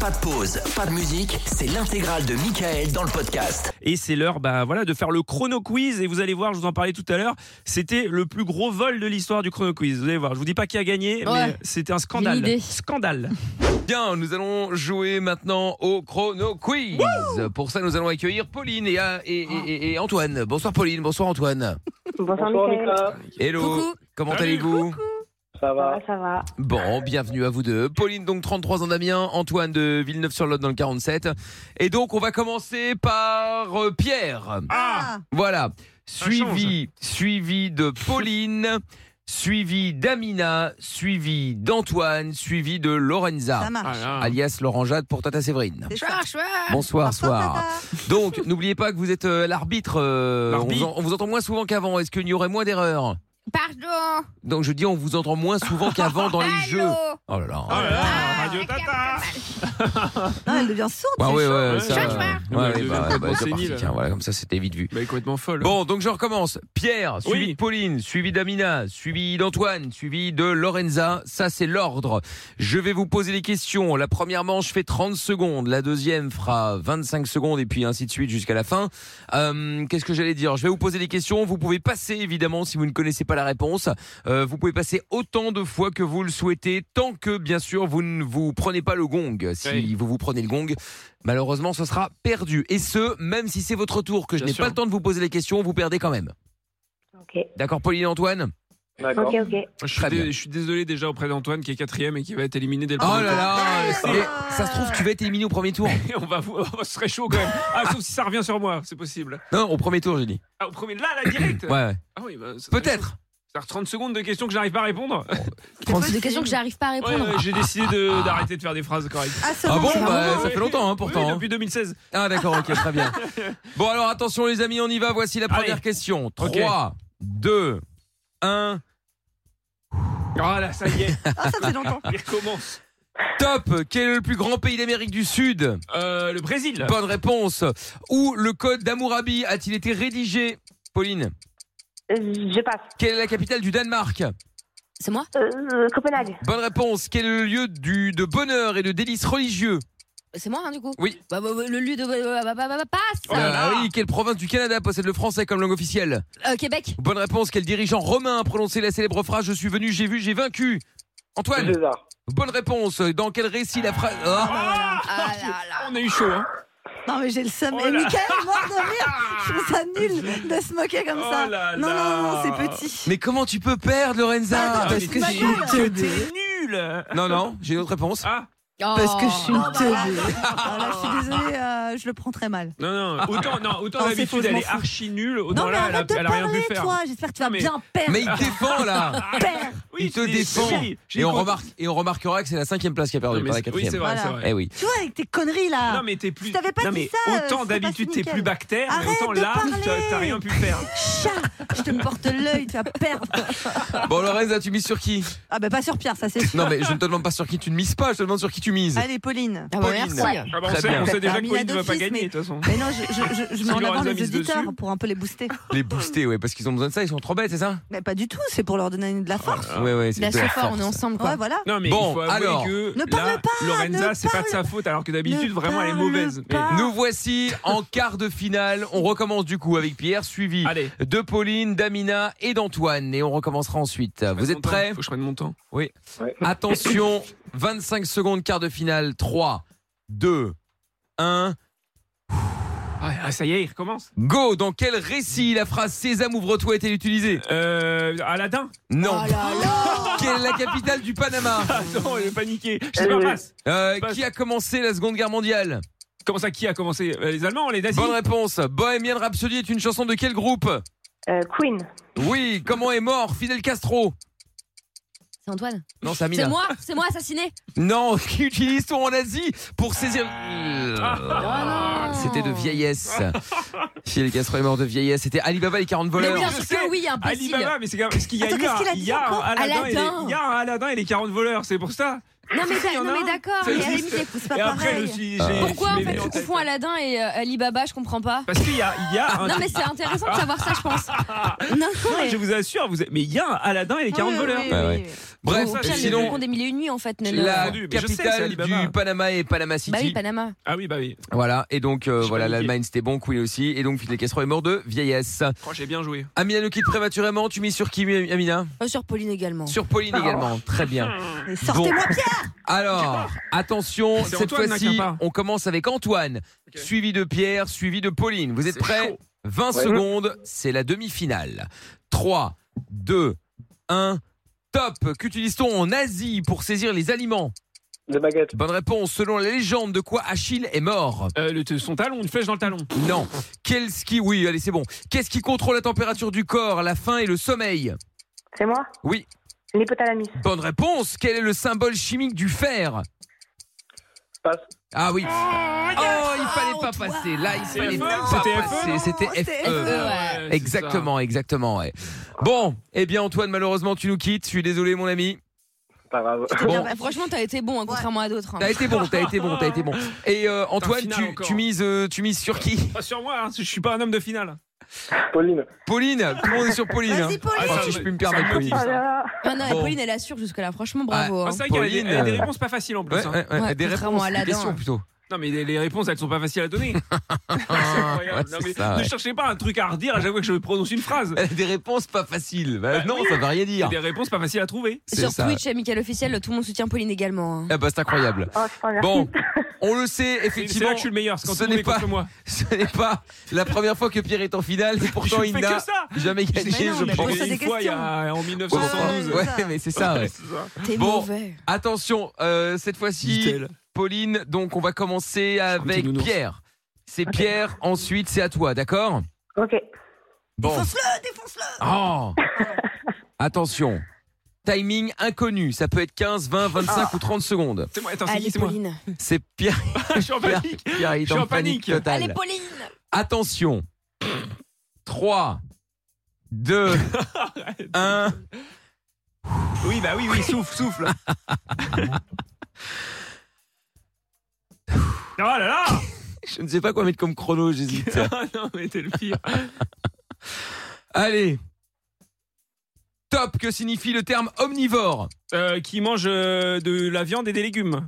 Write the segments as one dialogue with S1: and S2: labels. S1: Pas de pause, pas de musique, c'est l'intégrale de Michael dans le podcast.
S2: Et c'est l'heure bah, voilà, de faire le chrono quiz. Et vous allez voir, je vous en parlais tout à l'heure, c'était le plus gros vol de l'histoire du chrono quiz. Vous allez voir, je vous dis pas qui a gagné, mais
S3: Ouais.
S2: c'était un scandale.
S3: J'ai une idée.
S2: Scandale.
S4: Bien, nous allons jouer maintenant au chrono quiz. Pour ça, nous allons accueillir Pauline et, euh, et- et- et Antoine. Bonsoir Pauline, bonsoir Antoine.
S5: Bonsoir,
S6: Bonsoir
S5: Mickaël.
S6: Nicolas,
S4: Hello.
S3: Coucou.
S4: Comment
S2: Salut.
S4: allez-vous
S6: ça
S5: Ça
S6: va
S5: va, ça va.
S4: Bon, bienvenue à vous deux. Pauline, donc 33 ans d'Amiens, Antoine de Villeneuve-sur-Lot dans le 47. Et donc, on va commencer par euh, Pierre.
S2: Ah
S4: Voilà. Suivi, suivi de Pauline, suivi d'Amina, suivi d'Antoine, suivi de Lorenza,
S7: Ça marche.
S2: Voilà.
S4: alias Laurent Jade pour Tata Séverine.
S7: C'est ça.
S4: Bonsoir, soir.
S7: Tata.
S4: Donc, n'oubliez pas que vous êtes euh, l'arbitre. euh, on,
S2: L'arbitre.
S4: vous en- on vous entend moins souvent qu'avant. Est-ce qu'il y aurait moins d'erreurs
S7: Pardon.
S4: Donc, je dis, on vous entend moins souvent qu'avant dans les jeux.
S3: Ah,
S7: Allô.
S4: Oh là là.
S2: Oh là là, Radio
S7: avec un
S2: Tata
S7: Non, elle devient sourde.
S4: Ouais, ouais,
S7: c'est chaud.
S4: ouais,
S2: Ouais,
S4: ça-
S2: Jacques
S7: Marc.
S4: ouais, ouais,
S2: Ouais,
S4: bah,
S2: ouais,
S4: bah,
S2: bah,
S4: c'est
S2: c'est
S4: parti,
S2: nul.
S4: tiens, voilà, comme ça, c'était vite vu.
S2: Bah, elle est complètement folle.
S4: Bon, donc je recommence. Pierre, suivi
S2: Oui.
S4: de Pauline, suivi d'Amina, suivi d'Antoine, suivi de Lorenza. Ça, c'est l'ordre. Je vais vous poser les questions. La première manche fait 30 secondes. La deuxième fera 25 secondes et puis ainsi de suite jusqu'à la fin. Euh, Qu'est-ce que j'allais dire Je vais vous poser les questions. Vous pouvez passer, évidemment, si vous ne connaissez pas la réponse. Euh, vous pouvez passer autant de fois que vous le souhaitez, tant que, bien sûr, vous ne vous prenez pas le gong. Si
S2: Oui.
S4: vous vous prenez le gong, malheureusement, ce sera perdu. Et ce, même si c'est votre tour, que je
S2: Bien
S4: n'ai
S2: sûr.
S4: pas le temps de vous poser les questions, vous perdez quand même.
S5: Ok,
S4: D'accord, Pauline et Antoine
S6: D'accord.
S5: ok, ok.
S2: je suis,
S4: très
S2: dé-
S4: bien.
S2: je suis désolé déjà auprès d'Antoine qui est quatrième et qui va être éliminé dès le
S4: Oh
S2: premier
S4: là là
S7: c'est-
S4: mais Ça se trouve, tu vas être éliminé au premier tour.
S2: tour. Et on va, vous- on serait chaud quand même. Ah, sauf si ça revient sur moi, c'est possible.
S4: non, au premier tour, j'ai dit.
S2: Ah, au premier, là, là, direct
S4: Ouais, ouais.
S2: Ah oui, bah, ça serait chaud.
S4: Peut-être.
S2: C'est-à-dire 30 secondes de questions que j'arrive pas à répondre
S3: C'est des questions que j'arrive pas à
S2: Ouais,
S3: répondre.
S2: ouais, j'ai décidé de- d'arrêter de faire des phrases correctes.
S7: Ah,
S4: Ah bon
S7: seulement-
S4: Bah,
S2: oui,
S4: ça
S2: oui.
S4: fait longtemps, hein,
S2: Oui,
S4: pourtant. hein.
S2: depuis 2016.
S4: Ah, d'accord, ok, très bien. Bon, alors attention, les amis, on y va. Voici la première
S2: Allez.
S4: question.
S2: Ok.
S4: 3, 2, 1.
S2: Ah là, ça y est,
S7: Ah, ça fait longtemps.
S2: il recommence.
S4: Top Quel est le plus grand pays d'Amérique du Sud
S2: Euh, le Brésil.
S4: Bonne réponse. Où le code d'Hammurabi a-t-il été rédigé Pauline,
S5: Euh, Je passe.
S4: quelle est la capitale du Danemark
S3: C'est moi
S5: Euh, Copenhague.
S4: Bonne réponse. Quel est le lieu du, de bonheur et de délices religieux
S3: C'est moi, hein, du coup
S4: Oui.
S3: Bah, bah, bah, le lieu de. bah, bah, bah, bah, bah,
S2: Oh
S3: passe
S2: là là.
S4: Ah oui, quelle province du Canada possède le français comme langue officielle
S2: Oh.
S3: Euh, Québec
S4: Bonne réponse. Quel dirigeant romain a prononcé la célèbre phrase Je suis venu, j'ai vu, j'ai vaincu Antoine,
S6: César.
S4: bonne réponse. Dans quel récit la phrase Ah,
S2: Ah,
S3: Ah là là
S2: on a eu chaud, hein.
S7: Non, mais j'ai le seum.
S2: Oh
S7: Et
S2: là.
S7: Michael est mort de rire. Je trouve ça nul de se moquer comme
S2: Oh
S7: ça.
S2: là
S7: non,
S2: là.
S7: non, non, c'est petit.
S4: Mais comment tu peux perdre, Lorenza
S7: Ah,
S4: Parce que
S7: mais c'est
S4: je
S7: ma
S4: suis-
S7: gueule.
S2: T'es nul.
S4: Non, non, j'ai une autre réponse.
S2: Ah,
S7: Parce que je suis
S3: Oh.
S7: une teubée. Ah, là, je suis désolée, euh, je le prends très mal.
S2: non, non, autant, non, autant
S7: Non, Ah. c'est faux,
S2: d'habitude,
S7: je
S2: elle
S7: m'en
S2: est
S7: fous.
S2: archi nulle,
S7: Non,
S2: autant
S7: mais
S2: là, elle a,
S7: arrête de
S2: elle a rien pu
S7: parler,
S2: faire.
S7: toi. J'espère que tu vas
S2: Non, mais-
S7: bien perdre.
S4: Mais il défend là
S7: Père.
S2: Oui,
S4: Il
S2: c'est-
S4: te défend.
S2: j'ai dit, j'ai
S4: Et on,
S2: dit-
S4: remarque, et on remarquera que c'est la cinquième place qui a
S2: Non,
S4: perdu,
S2: mais
S4: pas la
S2: c'est- Oui,
S4: quatrième.
S2: c'est vrai,
S7: Voilà.
S2: c'est vrai.
S4: eh oui.
S7: Tu vois, avec tes conneries là.
S2: Non, mais t'es plus.
S7: Je t'avais pas
S2: non,
S7: dit
S2: mais
S7: ça, euh, c'est
S2: Autant
S7: pas
S2: d'habitude,
S7: si
S2: t'es
S7: nickel.
S2: plus bactère, mais
S7: Arrête
S2: autant
S7: de
S2: là,
S7: parler.
S2: t'as t'as rien pu faire.
S7: Chat, je te porte l'œil, tu vas perdre.
S4: Bon, Lorenza, tu mises sur qui
S7: Ah, bah, pas sur Pierre, ça c'est sûr.
S4: Non, mais je ne te demande pas sur qui tu ne mises pas, je te demande sur qui tu mises.
S7: Allez, Pauline.
S3: Ah bah,
S4: Pauline.
S3: merci
S2: Ah bah, on,
S4: Très
S2: sait,
S4: bien.
S2: on sait déjà que
S7: Termine
S2: Pauline ne va pas
S7: d'office,
S2: gagner,
S7: mais-
S2: de toute façon.
S7: Mais non, je, je- je- je mets en
S2: Laurent
S7: avant
S2: les a
S7: les
S2: mises
S7: auditeurs
S2: dessus.
S7: pour un peu les booster.
S4: Les booster, ouais, parce qu'ils ont besoin de ça, ils sont trop bêtes, c'est ça
S7: Mais pas du tout, c'est pour leur donner de la force.
S2: Ah.
S4: Ouais, ouais, c'est
S3: Là,
S4: de la
S3: ce Bah, fort, on est
S4: force.
S3: ensemble, quoi.
S7: Ouais, voilà.
S2: Non, mais
S4: Bon,
S2: il faut avouer
S4: alors.
S2: que
S7: Ne
S2: là,
S7: parle pas,
S2: Lorenza,
S7: ne
S2: c'est pas de sa faute, alors que d'habitude,
S7: Ne
S2: vraiment, elle est
S7: parle
S2: mauvaise. Mais-
S7: pas.
S4: Nous voici en quart de finale. On recommence du coup avec Pierre, suivi
S2: Allez.
S4: de Pauline, d'Amina et d'Antoine. Et on recommencera ensuite. Vous êtes prêts
S2: Faut que je prenne mon temps.
S4: Attention, 25 secondes, quart de finale. 3, 2, 1.
S2: Ah, ah, ça y est, il recommence.
S4: Go Dans quel récit la phrase Sésame ouvre-toi est-elle utilisée
S2: Euh, Aladdin
S4: Non.
S3: Oh là là
S4: Quelle est la capitale du Panama
S2: Attends, il est paniqué. Je
S7: Eh
S2: sais pas,
S5: Euh,
S2: passe.
S4: Euh,
S2: Passe.
S4: Qui a commencé la Seconde Guerre mondiale
S2: Comment ça, qui a commencé Euh, Les Allemands, les nazis
S4: Bonne réponse. Bohemian Rhapsody est une chanson de quel groupe
S5: Euh, Queen.
S4: Oui, comment est mort Fidel Castro
S3: C'est Antoine
S4: Non, c'est Amina.
S3: C'est moi C'est moi assassiné
S4: Non, qui utilise ton en Asie pour saisir.
S3: Ah non.
S4: C'était de vieillesse. Fidel Castro est mort de vieillesse. C'était Alibaba les 40
S3: Mais
S4: voleurs.
S3: bien
S2: je
S3: sûr
S2: sais.
S3: que oui, imbécile
S2: Alibaba, mais c'est quand même. Ce qu'il y a
S7: Attends,
S2: eu
S7: qu'est-ce
S2: un-
S7: qu'il a dit
S2: il y a un
S7: encore
S2: Aladdin et les-
S3: Aladdin.
S2: il y a un Aladdin et les 40 voleurs, c'est pour ça.
S3: Non, mais,
S2: Si, il y en
S3: d'a-
S2: a
S3: non, mais
S2: un.
S3: d'accord
S2: Ça
S3: mais à la
S2: existe.
S3: limite, écoute,
S7: C'est pas
S2: Et après, je me
S7: pareil.
S2: suis.
S4: Euh,
S2: j'ai-
S3: Pourquoi
S2: je
S3: en
S2: l'ai
S3: fait
S2: mis en
S3: on
S2: tête. hein.
S3: confond Aladdin et euh, Alibaba Je comprends pas
S2: Parce qu'il y a, il y a un.
S3: Non mais c'est intéressant de savoir ça je pense Non
S2: Non,
S3: mais
S2: je vous assure, vous êtes- mais il y a un Aladdin et les 40
S7: Ah Oui, oui,
S2: voleurs.
S7: oui,
S4: Ouais,
S7: oui, oui.
S4: Bref,
S3: Au
S2: ça,
S3: pire,
S2: c'est-
S3: le
S4: sinon-
S3: con des mille et une nuits en fait. ne- ne-
S4: La
S2: entendu, mais je sais, c'est
S4: capitale
S2: Alibaba.
S4: du Panama et Panama City.
S3: Bah oui, Panama.
S2: Ah oui, bah oui.
S4: Voilà, et donc euh,
S2: J'ai
S4: voilà,
S2: paniqué.
S4: l'Allemagne c'était bon, Queen aussi, et donc Fidel Castro est mort de vieillesse.
S2: Oh, j'ai bien joué.
S4: Amina nous quitte prématurément, tu mis sur qui Amina
S3: Oh, Sur Pauline également.
S4: Sur Pauline également, très bien.
S7: Mais Sortez-moi Pierre
S4: Alors, attention,
S2: C'est
S4: cette
S2: Antoine, là, qui
S4: fois-ci,
S2: a pas.
S4: on commence avec Antoine,
S2: Ok.
S4: suivi de Pierre, suivi de Pauline. Vous êtes
S2: C'est
S4: prêts
S2: chaud.
S4: 20 secondes, c'est la demi-finale. 3, 2, 1, top Qu'utilise-t-on en Asie pour saisir les aliments
S6: Des baguettes.
S4: Bonne réponse, selon la légende, de quoi Achille est mort
S2: Euh, le- son talon, une flèche dans le talon.
S4: Non. Quel ski Oui, allez, c'est bon. Qu'est-ce qui contrôle la température du corps, la faim et le sommeil
S5: C'est moi
S4: Oui.
S5: L'hypothalamus.
S4: Bonne réponse. Quel est le symbole chimique du fer
S6: Passe.
S4: Ah oui. Oh, il fallait pas
S7: Antoine.
S4: passer. Là, il fallait
S2: C'était
S4: pas
S2: FE,
S4: passer.
S2: non E,
S4: C'était
S7: C'était
S4: FE.
S7: FE.
S2: Euh, Ouais, c'est
S4: Exactement, exactement, ouais. Bon, eh bien Antoine, malheureusement tu nous quittes, je suis désolé mon ami.
S6: Pas grave.
S4: Bon,
S3: Bah, franchement, t'as été bon, hein, contrairement à d'autres. hein.
S4: t'as été bon, t'as été bon, t'as été bon. Et euh, Antoine,
S2: finale
S4: tu,
S2: encore.
S4: tu mises, euh, tu mises sur qui
S2: ça. Pas sur moi, hein, je suis pas un homme de finale.
S6: Pauline.
S4: Pauline, tout le monde est sur Pauline.
S7: Vas-y,
S4: hein.
S7: Pauline.
S4: Ah, si je puis me permettre,
S2: Ça me motive,
S4: Pauline.
S5: Oh
S2: ça.
S5: là là.
S3: Ah non, et
S4: Bon.
S3: Pauline, elle assure jusque-là. Franchement, bravo.
S2: Ah,
S3: hein.
S2: c'est vrai qu'il y a des-
S4: Pauline,
S2: elle a des
S4: euh,
S2: réponses pas faciles en plus.
S4: Ouais,
S2: hein.
S4: ouais, ouais,
S3: Ouais,
S4: des
S3: contrairement
S4: réponses,
S3: à
S4: des
S3: Aladdin,
S4: questions
S3: hein.
S4: plutôt. Ah,
S2: Non, mais les, les réponses, elles sont pas faciles à donner. c'est incroyable.
S4: ouais,
S2: Non,
S4: c'est
S2: mais
S4: ça,
S2: ne
S4: ouais. Eh,
S2: cherchez pas un truc à redire, j'avoue que je prononce une phrase.
S4: Elle a des réponses pas faciles. Bah,
S2: Bah
S4: non,
S2: oui.
S4: ça veut rien dire.
S2: Des réponses pas faciles à trouver.
S4: C'est
S3: Sur
S4: ça.
S3: Twitch, Amical Officiel, tout le monde soutient Pauline également. hein.
S4: Ah bah, c'est incroyable.
S5: Oh, je t'en remercie.
S4: Bon, on le sait,
S2: C'est c'est là
S4: effectivement,
S2: que je suis le meilleur, c'est quand
S4: ce
S2: tout le
S4: n'est
S2: monde est contre
S4: pas-
S2: moi.
S4: ce n'est pas la première fois que Pierre est en finale et pourtant
S2: je
S4: il
S2: fais
S4: n'a
S2: que ça
S4: jamais
S2: J'ai
S4: gagné,
S7: Mais non,
S4: je
S7: mais
S4: pense.
S7: pose-toi
S2: une
S7: des
S2: fois il y a, en
S4: Ouais,
S2: 1972.
S7: Ouais,
S4: ouais, mais c'est ça. ouais.
S2: C'est ça.
S3: T'es
S4: Bon.
S3: mauvais.
S4: Attention, euh, cette fois-ci,
S2: Dit-elle.
S4: Pauline, donc on va commencer avec
S2: nounours.
S4: Pierre. C'est Pierre, ensuite c'est à toi, d'accord
S5: Ok.
S4: Bon.
S7: Défonce-le, défonce-le
S4: Oh Attention. Timing inconnu, ça peut être 15, 20, 25
S2: Ah.
S4: ou 30 secondes.
S2: C'est moi, attends, c'est qui,
S3: Allez,
S2: c'est moi.
S3: Pauline.
S4: C'est Pierre,
S2: Je suis en panique.
S4: Pierre il est
S2: Je suis en panique.
S4: totale.
S3: Allez, Pauline
S4: Attention. 3, 2, 1.
S2: Oui, bah oui, oui, souffle, souffle. oh Oh là là
S4: Je ne sais pas quoi mettre comme chrono, j'hésite.
S2: Ah non, mais t'es le pire.
S4: Allez. Top, que signifie le terme omnivore
S2: Euh, qui mange euh, de la viande et des légumes.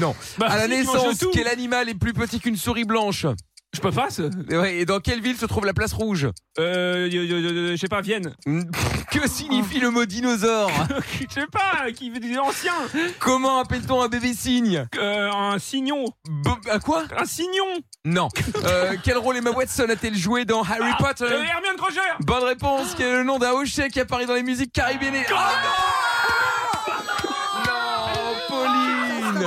S4: Non.
S2: Bah,
S4: À la
S2: si, qui mange
S4: naissance,
S2: de tout.
S4: quel animal est plus petit qu'une souris blanche
S2: Je peux pas, ce-
S4: Et ouais, Et dans quelle ville se trouve la place rouge
S2: euh, y- y- y- je sais pas, Vienne.
S4: Mm, Que signifie le mot dinosaure
S2: je sais pas, euh, qui veut des anciens.
S4: Comment appelle-t-on un bébé cygne
S2: Euh, un signon.
S4: Bo- Un quoi
S2: Un signon.
S4: Non. Euh, quel rôle Emma Watson a-t-elle joué dans Harry Potter
S2: Euh, Hermione Granger.
S4: Bonne réponse. Quel est le nom d'un hochet qui apparaît dans les musiques caribéennes Oh non Non,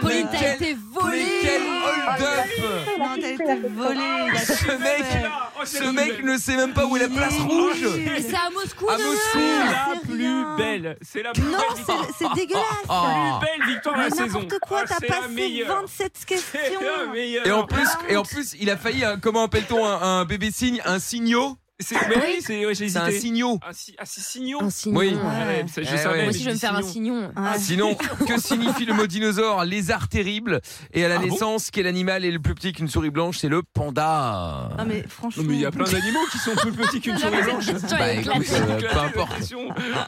S4: Pauline
S3: Pauline,
S4: Mais
S3: t'as
S4: quel-
S3: été
S4: Mais
S3: volée
S4: quel
S2: Ah,
S4: hold-up
S7: Non, t'as été volé il a
S4: Ce
S7: tout
S4: mec-
S7: fait.
S2: Oh, c'est
S4: Ce
S2: la
S4: mec
S2: plus belle.
S4: ne sait même pas où est la place
S7: Il est
S4: rouge
S7: nul.
S3: Mais c'est à Moscou,
S4: À
S3: non
S2: C'est
S4: Moscou
S2: la
S7: c'est rien.
S2: plus belle. C'est la plus
S7: Non,
S2: belle victoire.
S7: c'est- c'est dégueulasse
S4: Ah.
S2: Plus belle victoire de
S7: Mais
S2: la saison.
S7: n'importe quoi,
S2: Ah,
S7: t'as
S2: c'est la
S7: passé
S2: meilleure.
S7: 27
S2: C'est
S7: questions
S2: la meilleure.
S4: Et en plus, et en plus, il a failli. hein, comment appelle-t-on un, un bébé cygne Un signaux
S2: C'est- mais oui, c'est ouais, j'ai
S4: C'est un
S2: hésité.
S4: signaux.
S2: Un si- ah, c'est signon.
S3: Un signon.
S4: Oui.
S3: ouais.
S2: Ouais,
S7: Ouais.
S2: ça,
S4: Eh
S2: je savais,
S4: ouais.
S2: mais
S3: Moi aussi, je vais me faire un
S2: signon.
S3: signon.
S7: Ah,
S4: Sinon, que signifie le mot dinosaure Lézard terrible. Et à la
S2: Ah bon
S4: naissance, quel animal est le plus petit qu'une souris blanche C'est le panda.
S2: Ah,
S7: Non Ah, mais franchement.
S2: Non, mais il y a plein d'animaux qui sont plus petits qu'une souris blanche.
S3: Cette histoire est
S4: Bah, écoute,
S3: éclatée.
S4: euh, peu
S2: Éclaté de
S4: importe.
S2: pression.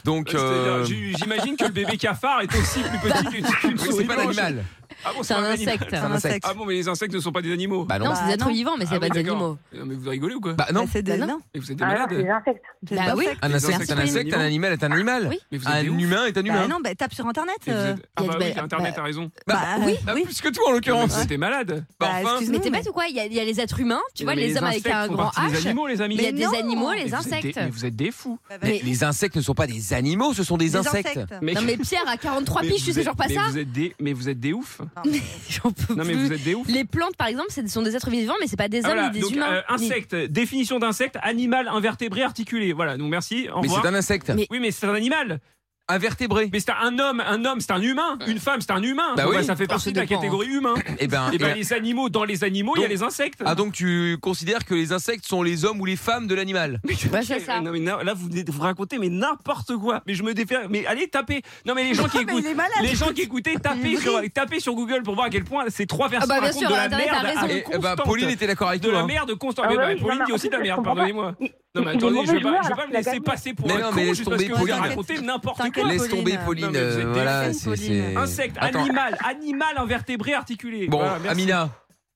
S4: Donc, euh,
S2: C'est-à-dire, Ah, j'ai- J'imagine que le bébé cafard est aussi plus petit qu'une qu'une
S4: oui,
S2: souris
S4: c'est pas
S2: blanche.
S4: l'animal.
S2: Ah bon,
S3: C'est un
S2: animal.
S3: insecte.
S7: C'est un insecte.
S2: Ah bon, mais les insectes ne sont pas des animaux.
S4: Bah non.
S3: Non, c'est des
S7: Bah,
S3: êtres
S7: non.
S3: vivants, mais c'est
S2: Ah
S3: pas
S2: oui,
S3: des
S2: d'accord.
S3: animaux.
S2: Non, mais vous rigolez ou quoi
S4: Bah non.
S7: C'est des
S3: Bah
S7: nains.
S2: Et Vous êtes des
S5: Ah non,
S2: malades.
S5: c'est des insectes.
S7: C'est
S3: Bah
S7: des
S3: oui.
S7: insectes.
S4: Un
S2: Les
S4: insecte,
S2: insectes,
S4: un insecte, un animal est un animal.
S3: Oui.
S2: Mais vous êtes
S4: Un
S2: des ouf.
S4: humain est un
S7: Bah
S4: humain.
S7: non, bah tape sur internet.
S2: Et vous
S7: euh,
S2: êtes- Ah
S3: Il y a
S2: bah
S3: des-
S2: oui, Internet
S3: bah-
S2: a raison.
S7: Bah
S3: oui.
S4: Ah, Plus que toi en
S2: Mais
S4: l'occurrence.
S2: Vous êtes des malades.
S4: Bah,
S7: Bah,
S4: enfin,
S7: excuse-
S3: Mais t'es bête ou quoi Il y, a- il y a les êtres humains, tu vois,
S2: Mais
S3: les, hommes avec
S2: insectes
S3: un
S2: font
S3: grand
S2: partie des
S3: H.
S2: animaux, les amis.
S3: Mais il y a
S7: Mais
S3: des
S7: non.
S3: animaux,
S2: Mais
S3: les
S2: vous êtes des-
S3: insectes.
S2: Mais vous êtes des fous.
S7: bah, bah,
S4: Mais les insectes ne sont pas des animaux, ce sont des
S7: des
S4: insectes.
S2: Mais-
S3: Non mais Pierre, à 43
S2: Mais
S3: piges, tu
S2: vous
S3: sais
S2: êtes-
S3: genre pas
S2: mais
S3: ça
S2: vous êtes des- Mais vous êtes des oufs.
S3: J'en peux
S2: Non, mais
S3: plus.
S2: vous êtes des oufs.
S3: Les plantes, par exemple, ce sont des êtres vivants, mais c'est pas des hommes
S2: Ah, voilà.
S3: ni des
S2: donc,
S3: humains.
S2: euh,
S3: Ni-
S2: insecte, définition d'insecte, animal invertébré articulé. Voilà, donc merci. Au
S4: Mais
S2: revoir.
S4: c'est un insecte.
S3: Mais-
S2: Oui, mais c'est un animal.
S4: Invertébré.
S2: Mais c'est un homme, un homme, c'est un humain. Une femme, c'est un humain.
S4: Bah
S2: Bon,
S4: oui.
S2: ça fait
S3: Oh, ça
S2: partie de la
S3: dépend,
S2: catégorie humain.
S4: Eh ben,
S2: Et
S4: eh
S2: ben
S4: ben-
S2: les animaux, dans les animaux, il y a
S4: Donc-
S2: les insectes.
S4: Ah donc tu considères que les insectes sont les hommes ou les femmes de l'animal
S3: Bah, c'est ça.
S2: Non, mais na- là, vous, vous racontez, mais n'importe quoi. Mais je me défère. Mais allez, tapez. Non, mais les gens qui
S7: Mais
S2: écoutent.
S7: il est malade.
S2: Les gens qui écoutaient, tapez sur, tapez sur Google pour voir à quel point ces trois personnes
S3: bah, bien
S2: racontent
S3: sûr,
S2: de
S3: à
S2: la
S3: Internet,
S2: merde.
S3: t'as raison.
S2: à
S4: Et, eh ben,
S2: constante.
S4: Pauline était d'accord avec
S2: de
S4: toi.
S2: la
S4: hein.
S2: merde constante.
S5: Ah
S2: Mais
S5: bah
S2: bah,
S5: oui, non,
S2: Pauline
S5: mais
S2: dit
S5: en
S2: aussi de
S5: fait,
S2: la
S5: je
S2: merde,
S5: comprends pas.
S2: pardonnez-moi.
S5: Ils-
S2: Non, mais
S5: Il est
S2: attendez, je vais
S5: mauvais
S2: pas, je
S5: joueur,
S2: vais
S5: alors
S2: pas me
S5: qu'il a
S2: laisser
S5: gagné.
S2: passer pour
S4: Mais
S2: un
S4: non,
S2: con
S4: mais laisse
S2: juste parce que
S4: tomber,
S2: vous avez
S4: Pauline.
S2: raconté n'importe
S7: T'inquiète,
S2: quoi.
S4: Laisse tomber, Pauline.
S7: Pauline.
S2: Non, mais vous êtes
S4: euh, voilà,
S7: des
S4: c'est.
S7: fous,
S4: c'est-
S2: Insecte,
S4: Attends.
S2: animal, animal, invertébré, articulé.
S4: Bon,
S2: Voilà, merci.
S4: Amina,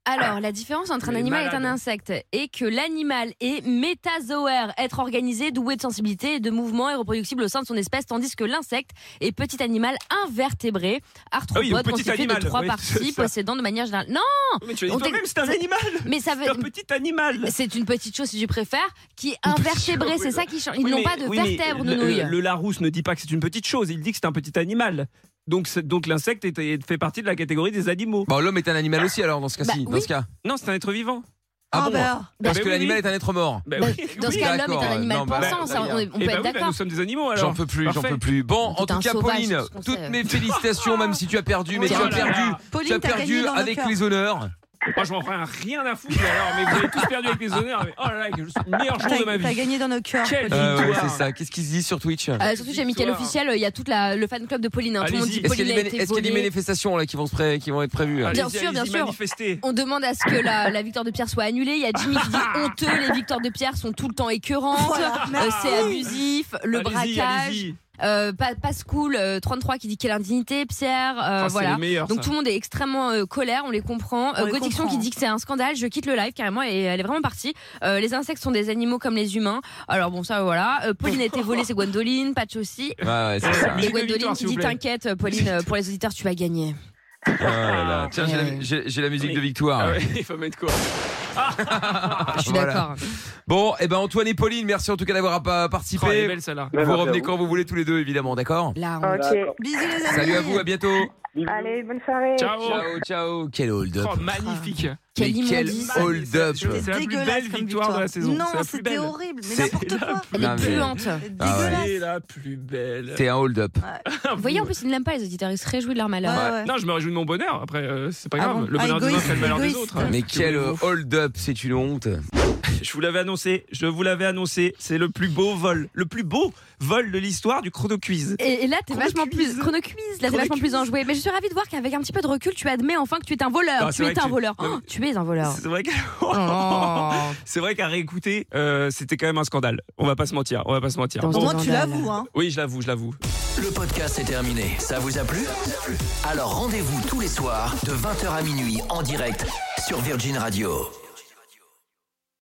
S3: Alors, la différence entre un
S2: Mais
S3: animal et
S2: malade.
S3: un insecte est que l'animal est métazoaire, être organisé, doué de sensibilité et de mouvement et reproductible au sein de son espèce, tandis que l'insecte est petit animal invertébré, arthropode,
S2: Ah oui, donc petit
S3: constitué
S2: animal,
S3: de trois
S2: oui,
S3: parties
S2: c'est ça.
S3: possédant de manière générale. Non,
S2: Mais tu as dit
S3: On t'ex-
S2: toi-même, c'est un
S3: c'est-
S2: animal.
S3: mais ça veut.
S2: C'est un petit animal.
S3: C'est une petite chose, si tu préfères, qui est invertébrée.
S2: chose,
S3: C'est
S2: oui. bah.
S3: ça qui change. Ils
S2: Oui,
S3: n'ont
S2: mais-
S3: pas de
S2: oui, mais
S3: vertèbres,
S2: le-
S3: nounouilles.
S2: Le, le Larousse ne dit pas que c'est une petite chose, il dit que c'est un petit animal. Donc, c'est- donc l'insecte est- est- fait partie de la catégorie des animaux.
S4: bon, l'homme est un animal aussi alors dans ce cas-ci.
S3: Bah,
S4: dans
S3: oui.
S4: ce cas.
S2: Non, c'est un être vivant.
S4: Ah bon
S7: bah,
S4: Parce
S2: Bah,
S4: que
S2: oui,
S4: l'animal
S2: oui.
S4: est un être mort.
S2: Bah
S3: Bah,
S2: oui,
S3: dans
S2: oui.
S3: ce cas, l'homme est
S4: d'accord,
S3: un
S4: euh,
S3: animal
S4: non, bah,
S3: pensant.
S4: bah,
S3: ça, on, est- on
S2: Eh
S3: peut
S2: bah
S3: être
S2: oui, bah,
S3: d'accord.
S2: nous sommes des animaux alors.
S4: J'en peux plus, j'en
S2: Parfait.
S4: peux plus. Bon, en
S3: Tout
S4: tout
S3: un
S4: cas,
S3: sauvage,
S4: Pauline,
S3: tout ce qu'on
S4: toutes
S3: sait.
S4: mes félicitations, même si tu as perdu, mais
S2: Oh
S4: tu
S2: là
S4: as
S2: là.
S4: perdu. Tu as
S7: Pauline, t'as
S4: perdu
S7: gagné dans nos
S4: avec
S7: cœurs.
S4: les honneurs.
S2: Moi, je m'en ferai un rien à foutre mais alors, mais vous avez tous perdu avec les honneurs. mais oh là là, que je suis le meilleur jour de ma
S7: T'as t'as
S2: vie.
S7: gagné dans nos cœurs.
S2: Quelle
S7: Pauline.
S4: Euh, ouais,
S2: victoire. Ah,
S4: c'est ça. Qu'est-ce qu'ils se disent sur Twitch
S3: Euh, surtout chez Mickaël
S2: Victoire.
S3: Officiel, il y a tout le fan club de Pauline. hein. Tout le monde dit
S2: Allez-y.
S4: Est-ce qu'il
S3: Pauline
S4: y,
S3: a
S4: a des-
S3: été
S4: est-ce qu'il y a des
S3: volée.
S4: manifestations là qui vont se pré- qui vont être prévues hein
S2: Allez-y,
S3: Bien sûr,
S2: allez-y,
S3: bien sûr.
S2: Manifestez.
S3: On demande à ce que la, la victoire de Pierre soit annulée. Il y a Jimmy qui dit honteux, les victoires de Pierre sont tout le temps écœurantes,
S7: Voilà,
S3: euh,
S7: merci.
S3: c'est abusif, le
S2: Allez-y,
S3: braquage,
S2: allez-y. Ah,
S3: euh, pas, pas cool, 33 qui dit quelle indignité Pierre, euh,
S2: Enfin, C'est
S3: voilà.
S2: les meilleurs.
S3: Donc
S2: ça.
S3: tout le monde est extrêmement euh, colère, on les comprend.
S7: On les
S3: Godiction
S7: comprend.
S3: qui dit que c'est un scandale, je quitte le live carrément et elle est vraiment partie. Euh, les insectes sont des animaux comme les humains. Alors bon ça voilà. Euh, Pauline a été volée, c'est Gwendoline, Patch aussi.
S4: Ouais, Ah ouais, c'est ça.
S2: Ouais.
S3: Et
S2: Musique de
S3: Gwendoline
S2: Ah, victoire,
S3: qui
S2: s'il vous
S3: dit
S2: plaît.
S3: t'inquiète Pauline, euh, pour les auditeurs tu vas gagner.
S4: Oh là là. Tiens, j'ai la- j'ai j'ai la musique de victoire.
S2: Ah ouais, il faut mettre quoi Ah,
S3: Je suis
S4: Voilà.
S3: d'accord.
S4: Bon, eh ben Antoine et Pauline, merci en tout cas d'avoir pa- participé.
S2: Oh, elle est belle, celle-là.
S4: vous revenez quand vous voulez tous les deux, évidemment, d'accord
S3: Là
S2: Ah,
S3: on-
S5: Ok.
S7: Bisous les amis.
S4: Salut à vous, à bientôt.
S6: Bisous.
S5: Allez, bonne soirée.
S2: Ciao.
S4: Ciao, ciao. Quel hold-up.
S2: Oh, magnifique.
S3: Quel
S4: Mais quel
S3: immondice.
S4: hold-up.
S2: C'est la
S7: C'était
S2: plus
S7: dégueulasse
S2: belle
S7: comme
S2: victoire de la saison. C'est la
S7: Non,
S2: plus
S7: c'était
S2: belle.
S7: horrible. Mais
S4: C'est
S7: n'importe quoi.
S3: Elle
S4: Non,
S3: est
S4: mais-
S3: puante.
S7: C'est
S4: Ah ouais.
S7: dégueulasse.
S2: C'est la plus belle.
S4: C'est un hold-up.
S3: Vous voyez, en plus, ils ne l'aiment pas, les auditeurs. Ils se réjouissent de leur malheur.
S7: Ouais, ouais.
S2: Non, je me réjouis de mon bonheur. Après, euh, c'est pas
S7: Ah
S2: grave.
S7: bon
S2: Le
S7: Ah,
S2: bonheur des
S7: égoïste,
S2: uns, c'est le malheur des
S7: égoïste.
S2: autres. hein.
S4: Mais quel hold-up, c'est une honte.
S2: Je vous l'avais annoncé. Je vous l'avais annoncé. C'est le plus beau vol. Le plus beau vol de l'histoire du chrono quiz.
S3: Et, et là, t'es
S2: Chrono
S3: vachement
S2: quiz.
S3: plus. Chrono quiz, là, t'es
S2: Chrono
S3: vachement
S2: quiz.
S3: plus enjoué. Mais je suis ravie de voir qu'avec un petit peu de recul, tu admets enfin que tu es un voleur.
S2: Non, Bah, c'est
S3: tu
S2: vrai
S3: es
S2: que
S3: un
S2: tu-
S3: voleur.
S2: Non,
S3: Oh, tu es un voleur.
S2: C'est vrai que-
S3: Oh.
S2: c'est vrai qu'à réécouter, euh, c'était quand même un scandale. On va pas se mentir. On va pas se mentir.
S3: Dans
S7: Au
S2: Bon,
S7: moins, tu
S3: Scandale.
S7: l'avoues. Hein.
S2: oui, je l'avoue, je l'avoue.
S1: Le podcast est terminé. Ça vous a plu Alors rendez-vous tous les soirs de 20h à minuit en direct sur Virgin Radio.